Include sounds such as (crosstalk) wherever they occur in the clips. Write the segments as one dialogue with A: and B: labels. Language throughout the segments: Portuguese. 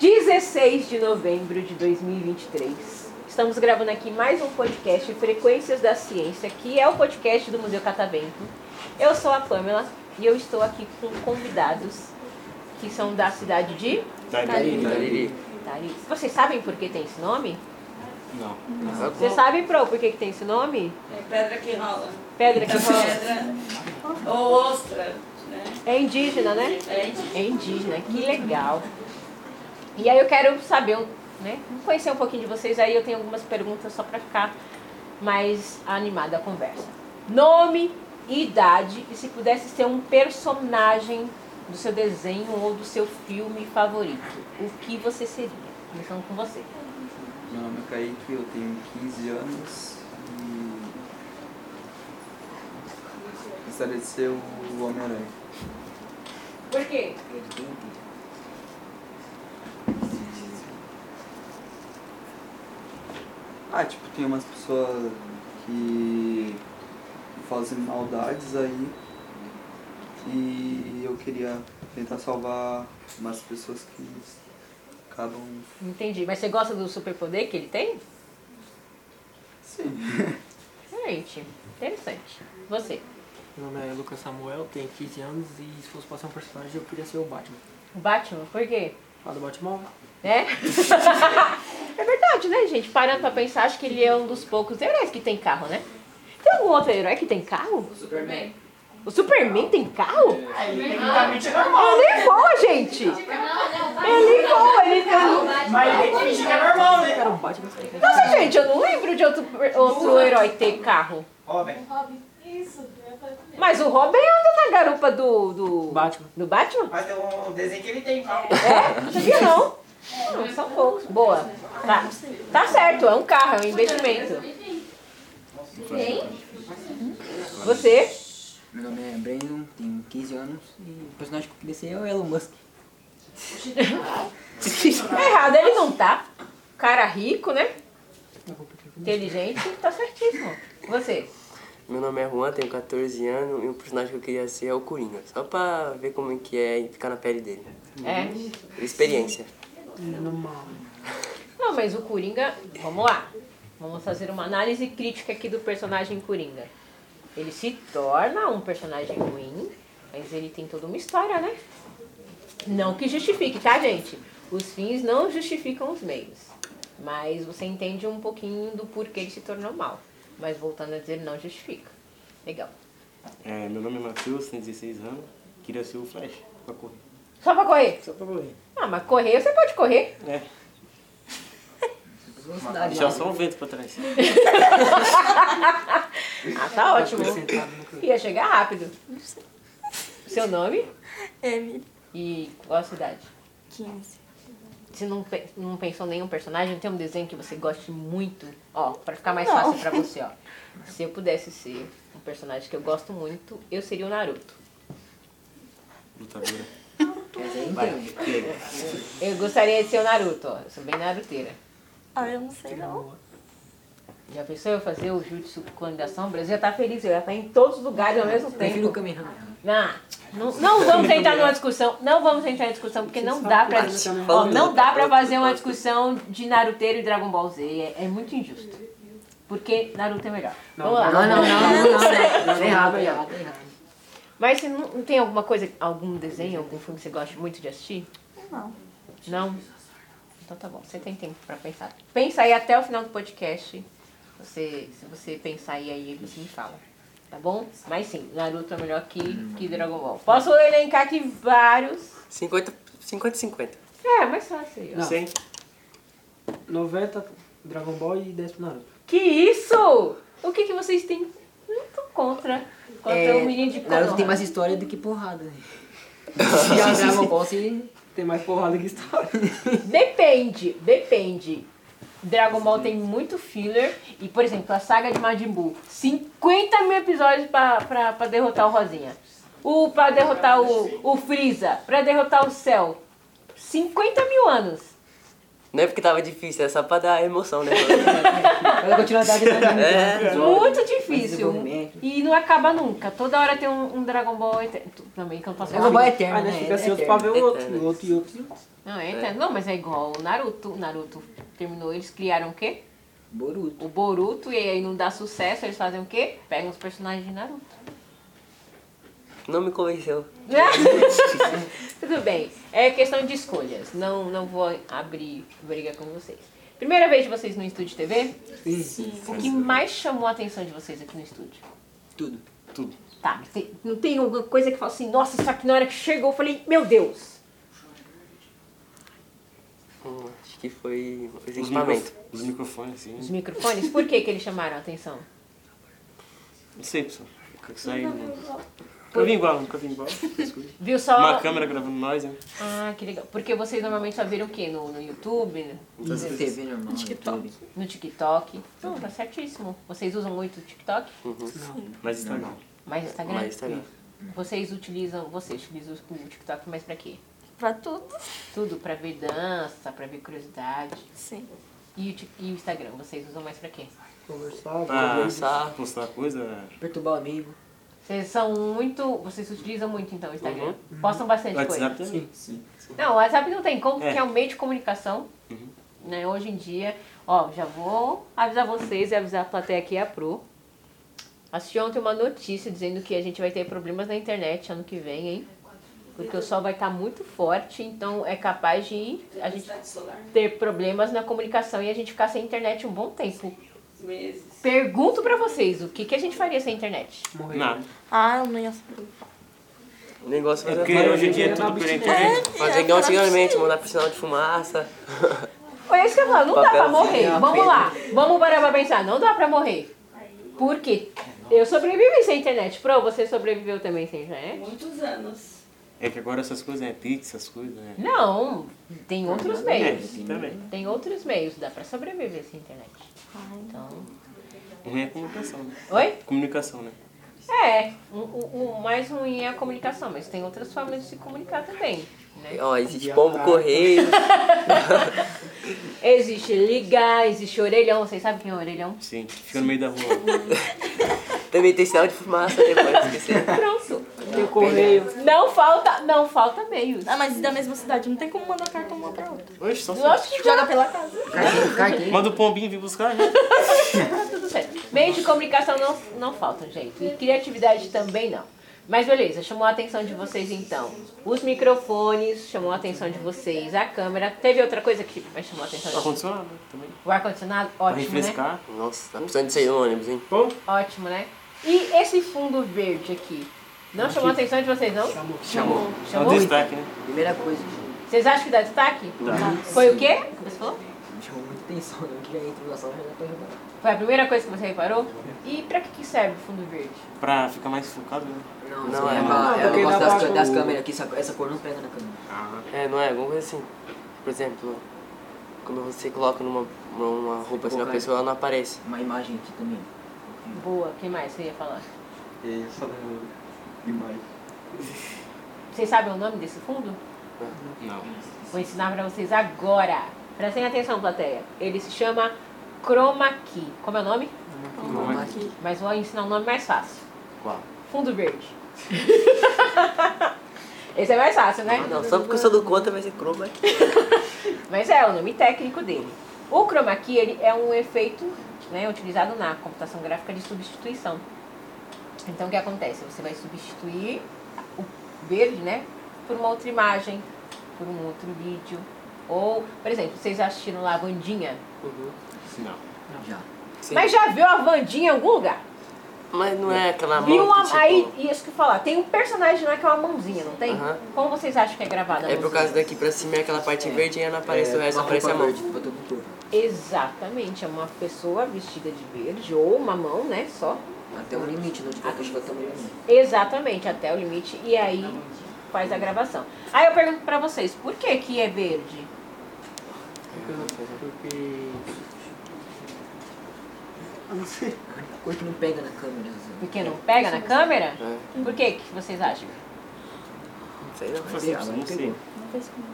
A: 16 de novembro de 2023. Estamos gravando aqui mais um podcast Frequências da Ciência, que é o podcast do Museu Catavento. Eu sou a Pamela e eu estou aqui com convidados que são da cidade de
B: Ah,
C: Tariri. Tariri.
A: Tariri. Vocês sabem por que tem esse nome?
C: Não.
A: Vocês sabem, Pro, por que, que tem esse nome?
D: É pedra que rola.
A: Pedra
D: (laughs)
A: que
D: É
A: rola.
D: pedra ou ostra, né?
A: É indígena, né?
D: É indígena.
A: É indígena, que legal. E aí eu quero saber, né? Conhecer um pouquinho de vocês, aí eu tenho algumas perguntas só pra ficar mais animada a conversa. Nome, idade e se pudesse ser um personagem do seu desenho ou do seu filme favorito, o que você seria? Começando com você.
B: Meu nome é Kaique, eu tenho 15 anos e gostaria de ser o Homem-Aranha.
A: Por quê?
B: Ah, tipo, tem umas pessoas que fazem maldades aí e eu queria tentar salvar umas pessoas que acabam...
A: Entendi. Mas você gosta do superpoder que ele tem?
B: Sim.
A: Gente, interessante. Você,
C: Meu nome é Lucas Samuel, tenho 15 anos e se fosse passar um personagem eu queria ser o Batman.
A: o Batman, por quê?
C: Ah, do Batman?
A: né? (laughs) é verdade, né, gente? Parando pra pensar, acho que ele é um dos poucos heróis que tem carro, né? Tem algum outro herói que tem carro?
D: Superman.
A: O Superman tem carro?
E: Tecnicamente é normal.
A: Ele nem voa, gente! Ele voa, ele é voa.
E: Mas tecnicamente é normal, né?
C: Era o Batman.
A: Nossa, gente, eu não lembro de outro, outro herói ter carro.
E: Robin.
F: né?
A: Mas o Robin anda na garupa do... Do
C: Batman.
A: Do Batman?
E: Mas tem um desenho que ele tem, calma.
A: É? Não sabia, não. Não, são poucos. Boa. Tá. tá certo, é um carro, é um investimento. Você?
G: Meu nome é Brandon, tenho 15 anos e o personagem que eu queria ser é o Elon Musk.
A: Errado ele não tá. Cara rico, né? Inteligente, tá certíssimo. Você.
H: Meu nome é Juan, tenho 14 anos e o personagem que eu queria ser é o Coringa. Só pra ver como é que é e ficar na pele dele.
A: É.
H: Experiência.
C: Normal.
A: Não, mas o Coringa, vamos lá. Vamos fazer uma análise crítica aqui do personagem Coringa. Ele se torna um personagem ruim, mas ele tem toda uma história, né? Não que justifique, tá, gente? Os fins não justificam os meios. Mas você entende um pouquinho do porquê ele se tornou mal. Mas voltando a dizer, não justifica. Legal.
I: É, meu nome é Matheus, tenho 16 anos. Queria ser o Flash pra correr.
A: Só pra correr?
I: Só pra correr.
A: Ah, mas correr você pode correr.
I: É.
G: Ah,
I: Deixar só o vento pra trás.
A: Ah, tá ótimo.
C: Sentado no canto.
A: Ia chegar rápido. Seu nome
F: Emily,
A: e qual a cidade?
F: 15.
A: Você não, pe- não pensou em nenhum personagem? Não Tem um desenho que você goste muito? Ó, pra ficar mais fácil pra você, ó. Se eu pudesse ser um personagem que eu gosto muito, eu seria o Naruto.
I: Lutadora.
G: Vai.
A: Eu gostaria de ser o Naruto, ó. Eu sou bem naruteira.
F: Ah, eu não sei não.
A: Já pensou eu fazer o Jutsu Clone das Sombras? Eu ia tá feliz, eu ia estar em todos os lugares ao mesmo
C: Prefiro o
A: tempo.
C: Kamehameha.
A: Não, não, não vamos entrar numa discussão, não vamos entrar em discussão, porque não dá pra, ó, não dá pra fazer uma discussão de Naruteiro e Dragon Ball Z, é, é muito injusto. Porque Naruto é melhor. Vamos lá.
C: não, não, não. Errado, errado, errado.
A: Mas você não, não tem alguma coisa, algum desenho, algum filme que você gosta muito de assistir?
F: Não.
A: Não? Então tá bom, você tem tempo pra pensar. Pensa aí até o final do podcast. Você, se você pensar aí, aí você me fala. Tá bom? Mas sim, Naruto é melhor que, que Dragon Ball. Posso elencar aqui vários.
H: 50 50 50.
A: É, mais fácil aí, ó.
C: Não.
H: 100.
C: 90 Dragon Ball e 10 pro Naruto.
A: Que isso? O que, que vocês têm muito contra? Contra o menino de
G: É, Naruto
A: Konoha?
G: tem mais história do que porrada. né? Já Dragon Ball se
C: Tem mais porrada que história.
A: Depende, depende. Dragon Ball tem muito filler. E, por exemplo, a saga de Majin Buu. 50 mil episódios pra, pra, pra derrotar o Rosinha. O, pra derrotar o, o Freeza. Pra derrotar o Cell. 50 mil anos.
H: Não é porque tava difícil, é só pra dar emoção, né?
G: Ela continua
I: (laughs)
G: dando dinâmica.
H: É.
A: Muito difícil.
G: desenvolvimento.
A: E não acaba nunca. Toda hora tem um, um Dragon Ball eterno. Tu- Também que eu não posso
G: Dragon Ball é
A: falar.
G: eterno,
C: Aí
G: né?
C: nós fica
G: Ele é
C: ansioso pra
G: eterno.
C: ver o outro,
H: Eterno.
C: o outro e outro e outro.
A: Não, é eterno. Não, mas é igual o Naruto. O Naruto terminou, eles criaram o quê?
G: Boruto.
A: O Boruto. E aí não dá sucesso, eles fazem o quê? Pegam os personagens
G: (laughs)
A: de Naruto.
H: Não me convenceu.
A: Tudo bem. É questão de escolhas. Não, não vou abrir briga com vocês. Primeira vez de vocês no estúdio TV, o que mais chamou a atenção de vocês aqui no estúdio?
G: Tudo.
I: Tudo.
A: Tá, tem- não tem alguma coisa que fala assim, nossa, só que na hora que chegou eu falei, meu Deus.
H: Hum, Acho que foi os
I: Os,
H: equipamentos.
I: micro- os microfones, assim.
A: Os microfones, por que que eles chamaram a atenção?
I: Não sei, pessoal. Nunca que saiu. né? Nunca vi igual, nunca vi
G: (laughs)
I: igual. essas coisas.
A: Viu só...
I: Uma câmera gravando nós, né?
A: Ah, que legal. Porque vocês normalmente só viram o quê? No, no YouTube,
I: Essas coisas.
G: TV um normal. YouTube.
A: no TikTok? Não, tá certíssimo. Vocês usam muito o TikTok,
I: Mas tá Instagram.
A: mais Instagram?
H: Mas Instagram.
A: Vocês utilizam, vocês utilizam o TikTok mais pra quê?
F: Pra tudo.
A: Tudo pra ver dança, pra ver curiosidade.
F: Sim.
A: E o, Tik- e o Instagram, vocês usam mais pra quê?
C: Conversar,
I: Ah,
C: ver.
H: Conversar.
I: Postar coisa.
G: Perturbar o amigo.
A: Vocês são muito. Vocês utilizam muito então o Instagram. Postam bastante coisa.
I: WhatsApp também.
A: Não, o WhatsApp não tem como,
I: É.
A: porque é um meio de comunicação. Né? Hoje em dia, ó, já vou avisar vocês e avisar a plateia aqui a Pro. Assisti ontem uma notícia dizendo que a gente vai ter problemas na internet ano que vem, hein? Porque o sol vai estar muito forte, então é capaz de a gente
D: solar.
A: ter problemas na comunicação e a gente ficar sem internet um bom tempo.
D: Meses.
A: Pergunto pra vocês, o que, que a gente faria sem internet?
C: Morrer.
I: Nada.
F: Ah, eu não ia sobreviver.
H: O negócio
I: É
H: era
I: porque hoje em dia é tudo pela internet.
H: fazer igual antigamente, mandar por sinal de fumaça.
A: Foi isso que eu falo, não dá pra
H: Papelzinho,
A: morrer.
H: uma
A: Vamos
H: pedra.
A: lá, vamos parar pra pensar, não dá pra morrer. Por quê? Eu sobrevivi sem internet. Pro, você sobreviveu também sem internet?
D: Muitos anos.
I: É que agora essas coisas é Pix, essas coisas, né?
A: Não, tem outros
I: É,
A: meios.
I: também.
A: Tem outros meios, dá pra sobreviver sem internet. Então.
I: Ruim é comunicação, né?
A: Oi?
I: Comunicação, né?
A: É, o, o- o mais ruim é a comunicação, mas tem outras formas de se comunicar também. Né?
H: Ó, existe pombo correio.
A: Existe ligar, existe orelhão, vocês sabem quem é orelhão?
I: Sim. Fica no meio da rua.
H: (laughs) Também tem sinal de fumaça, né? Pode esquecer.
A: Pronto.
C: Tem o correio.
A: Não falta, não falta meios.
F: Ah, mas da mesma cidade. Não tem como mandar carta uma pra outra.
I: (laughs) Oxe, só
A: Lógico que
F: Joga pela casa.
G: Carteiro, carteiro.
I: Manda o pombinho vir buscar, né?
A: tá tudo certo. Meios de comunicação não, não faltam, gente. E criatividade também não. Mas beleza, chamou a atenção de vocês então. Os microfones, chamou a atenção de vocês, a câmera. Teve outra coisa que chamou a atenção de vocês?
I: Ar-condicionado né? também.
A: O ar-condicionado,
I: Pra
A: ótimo, né?
I: refrescar.
H: Nossa, tá precisando de sair do ônibus, hein?
I: Bom,
A: Ótimo, né? E esse fundo verde aqui? Não chamou a atenção de vocês, não?
I: chamou. É
A: Chamou?
I: um destaque, né?
G: Primeira coisa,
A: Vocês acham que dá destaque? Foi o quê? Você falou?
G: me chamou muita atenção. Eu queria entrar na sala e já tá perguntar.
A: Foi a primeira coisa que você reparou? E pra que, que serve o fundo verde?
I: Pra ficar mais focado, né?
G: Não,
H: Não,
G: não,
H: é
G: é
H: não,
G: uma. Eu
C: porque
G: gosto
C: dá
G: das,
C: pra-
G: das câmeras aqui, essa, essa cor não pega na câmera.
I: Ah,
H: É, não é? Alguma coisa assim. Por exemplo, quando você coloca numa, numa roupa assim na
G: Colocar.
H: pessoa, ela não aparece.
G: Uma imagem aqui também.
A: Boa, quem mais você ia falar?
B: E aí, É, só lembro demais.
A: Vocês sabem o nome desse fundo?
H: É.
I: não.
A: Vou ensinar pra vocês agora. Prestem atenção, plateia. Ele se chama Chroma Key. Como é o nome?
I: Como é que-
G: Aqui.
A: Mas vou ensinar um nome mais fácil.
H: Qual?
A: Fundo verde. (laughs) Esse é mais fácil, né?
H: Ah, Não, só porque eu sou do conta vai ser croma.
A: Mas é o nome técnico dele. O chroma key ele é um efeito né, utilizado na computação gráfica de substituição. Então o que acontece? Você vai substituir o verde, né, por uma outra imagem, por um outro vídeo. Ou, por exemplo, vocês já assistiram lá a Vandinha?
I: Não.
G: Já.
H: Sim.
A: Mas já viu a Vandinha em algum lugar?
H: Mas não é aquela mão
A: Viu uma.
H: que, tipo,
A: Aí, isso que eu falar, tem um personagem lá que é uma mãozinha, não tem?
H: Aham.
A: Como vocês acham que é gravada? a
H: É por
A: mãozinha?
H: causa daqui pra cima é aquela parte verde e aí não aparece o resto,
G: uma
H: aparece a
G: roupa
H: mão.
G: verde, botou com cor.
A: Exatamente, é uma pessoa vestida de verde ou uma mão, né? Só.
G: Até um limite, não tiver que chegar até um limite.
A: Exatamente, até o limite. E aí faz a gravação. Aí eu pergunto pra vocês, por que que é verde?
C: Porque.
G: A cor que não pega na câmera, assim. Zé.
A: Porque não pega na câmera?
H: É,
A: Por que que vocês acham?
H: não sei não.
I: Não sei,
G: Agora
H: um
I: não sei.
G: pegou.
F: Não fez comigo.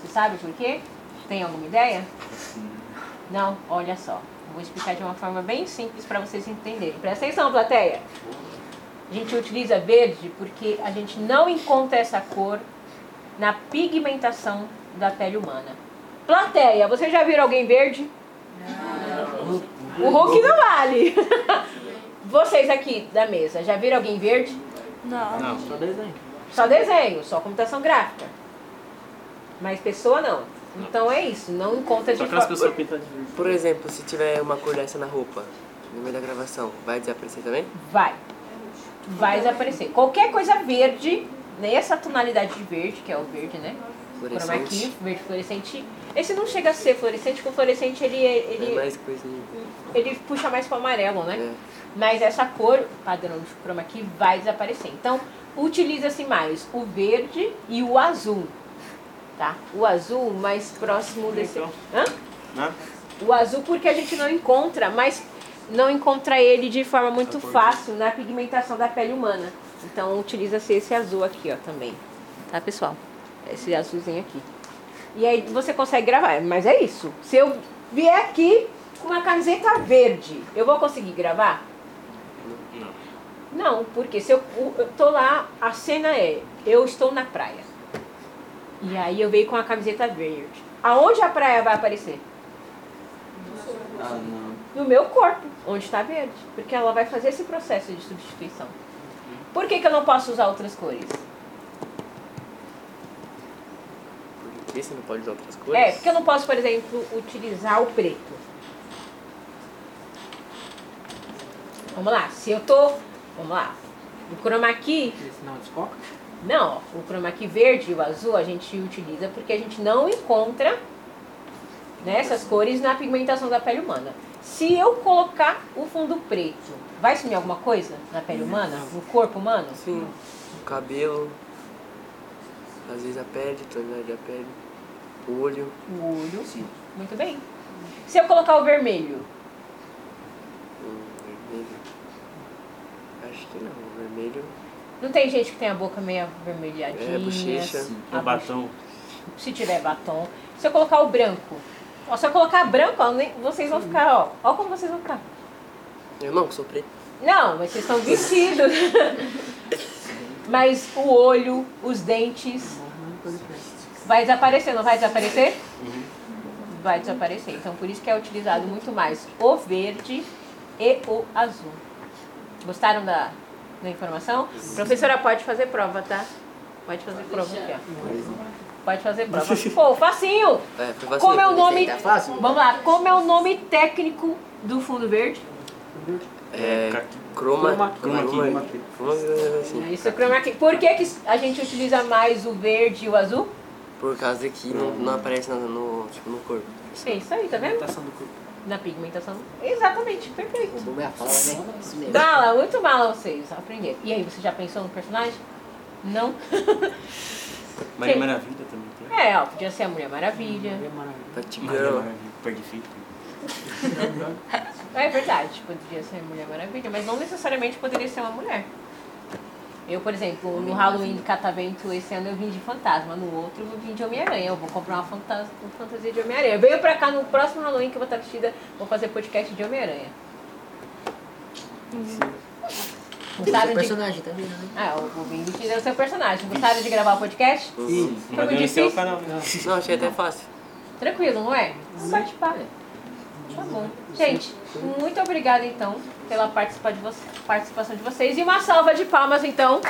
A: Você sabe por quê? Tem alguma ideia? Não? Olha só. Eu Vou explicar de uma forma bem simples para vocês entenderem. Presta atenção, plateia. A gente utiliza verde porque a gente não encontra essa cor na pigmentação da pele humana. Plateia, você já viram alguém verde? Não. O Hulk não vale. (laughs) Vocês aqui da mesa, já viram alguém verde?
F: Não.
C: Só desenho.
A: Só desenho, só computação gráfica. Mas pessoa não. Então é isso, não encontra de
I: Só aquelas
A: fo-
I: pessoas pintadas de verde.
H: Por exemplo, se tiver uma cor dessa na roupa, no meio da gravação, vai desaparecer também?
A: Vai. Vai desaparecer. Qualquer coisa verde, nessa tonalidade de verde, que é o verde, né? Chroma key,
H: Fluorescente.
A: verde fluorescente. Esse não chega a ser fluorescente, porque o fluorescente ele,
H: É
A: ele,
H: mais coisinha.
A: ele puxa mais para amarelo, né?
H: É.
A: Mas essa cor, padrão de chroma key, vai desaparecer. Então, utiliza-se mais o verde e o azul, tá? O azul mais próximo desse...
I: Então.
A: Hã?
I: Né?
A: O azul porque a gente não encontra, mas não encontra ele de forma muito fácil na pigmentação da pele humana. Então, utiliza-se esse azul aqui, ó, também. Tá, pessoal? Esse azulzinho aqui. E aí você consegue gravar, mas é isso. Se eu vier aqui com uma camiseta verde, eu vou conseguir gravar? Não, porque se eu, o- eu tô lá, a cena é, eu estou na praia. E aí eu veio com a camiseta verde. Aonde a praia vai aparecer?
B: Ah, não.
A: No meu corpo, onde está verde. Porque ela vai fazer esse processo de substituição. Por que, que eu não posso usar outras cores?
H: Porque você não pode usar outras cores?
A: É, porque eu não posso, por exemplo, utilizar o preto. Vamos lá, se eu tô. Vamos lá. O chroma key
C: Esse não desfoca?
A: Não, ó, o chroma key verde e o azul a gente utiliza porque a gente não encontra né, essas cores na pigmentação da pele humana. Se eu colocar o fundo preto, vai sumir alguma coisa na pele humana? No corpo humano?
H: Sim, o cabelo, às vezes a pele, a tonalidade da pele, o olho.
A: O olho, sim. Muito bem. Se eu colocar o vermelho,
H: Hum, vermelho. Acho que não, o vermelho.
A: não tem gente que tem a boca meio avermelhadinha? assim,
H: É, a bochecha. um
I: O batom.
A: se tiver batom. Se eu colocar o branco, ó, se eu colocar branco, ó, nem- vocês vão ficar, ó, ó como vocês vão ficar.
H: Eu não, que sou preto.
A: Não, mas vocês estão vestidos. mas o olho, os dentes. Vai desaparecer, não vai desaparecer? Vai desaparecer. Então por isso que é utilizado muito mais o verde e o azul. Gostaram da, da informação? Professora, pode fazer prova, tá? Pode fazer prova aqui, ó. Pode fazer prova. Pô, facinho!
H: É, foi vacilo.
A: Como é o nome.
G: Tá fácil?
A: Vamos lá, como é o nome técnico do fundo verde?
H: É,
C: Chroma-
H: croma.
B: Chroma key, chroma key.
H: Croma, assim.
A: Isso, chroma key. Por que, que a gente utiliza mais o verde e o azul?
H: Por causa que não, não aparece nada no, tipo, no corpo.
A: É isso aí, tá vendo?
C: Pigmentação do corpo.
A: Na pigmentação. Exatamente, perfeito.
G: Roubou minha fala, né?
A: É.
G: Isso mesmo.
A: Bala, muito bala vocês aprenderam. E aí, você já pensou no personagem? Não?
I: Maria
A: Sim.
I: Maravilha também tem.
A: É, ó, podia ser a Mulher Maravilha.
C: É maravilhoso.
H: Tá
I: Maria
H: Batgirl.
I: Maravilha, perfeito.
A: É verdade, poderia ser a Mulher Maravilha, mas não necessariamente poderia ser uma mulher. Eu, por exemplo, no Halloween de Catavento esse ano eu vim de fantasma, no outro eu vim de Homem-Aranha. Eu vou comprar uma, fanta- uma fantasia de Homem-Aranha. Veio pra cá no próximo Halloween que eu vou estar vestida, vou fazer podcast de Homem-Aranha. Gostaram
G: Esse
A: de.
G: personagem, tá vendo, né?
A: Ah, eu vou vir vestida do seu personagem. Gostaram de gravar o podcast?
H: Sim.
A: Foi
I: Mas
A: muito
I: eu não sei
A: difícil.
I: o canal. né?
H: Não, achei até fácil.
A: Tranquilo, não é? Um bate-papo. Tá bom. Gente, muito obrigada então pela participa- de voce- participação de vocês. E uma salva de palmas então.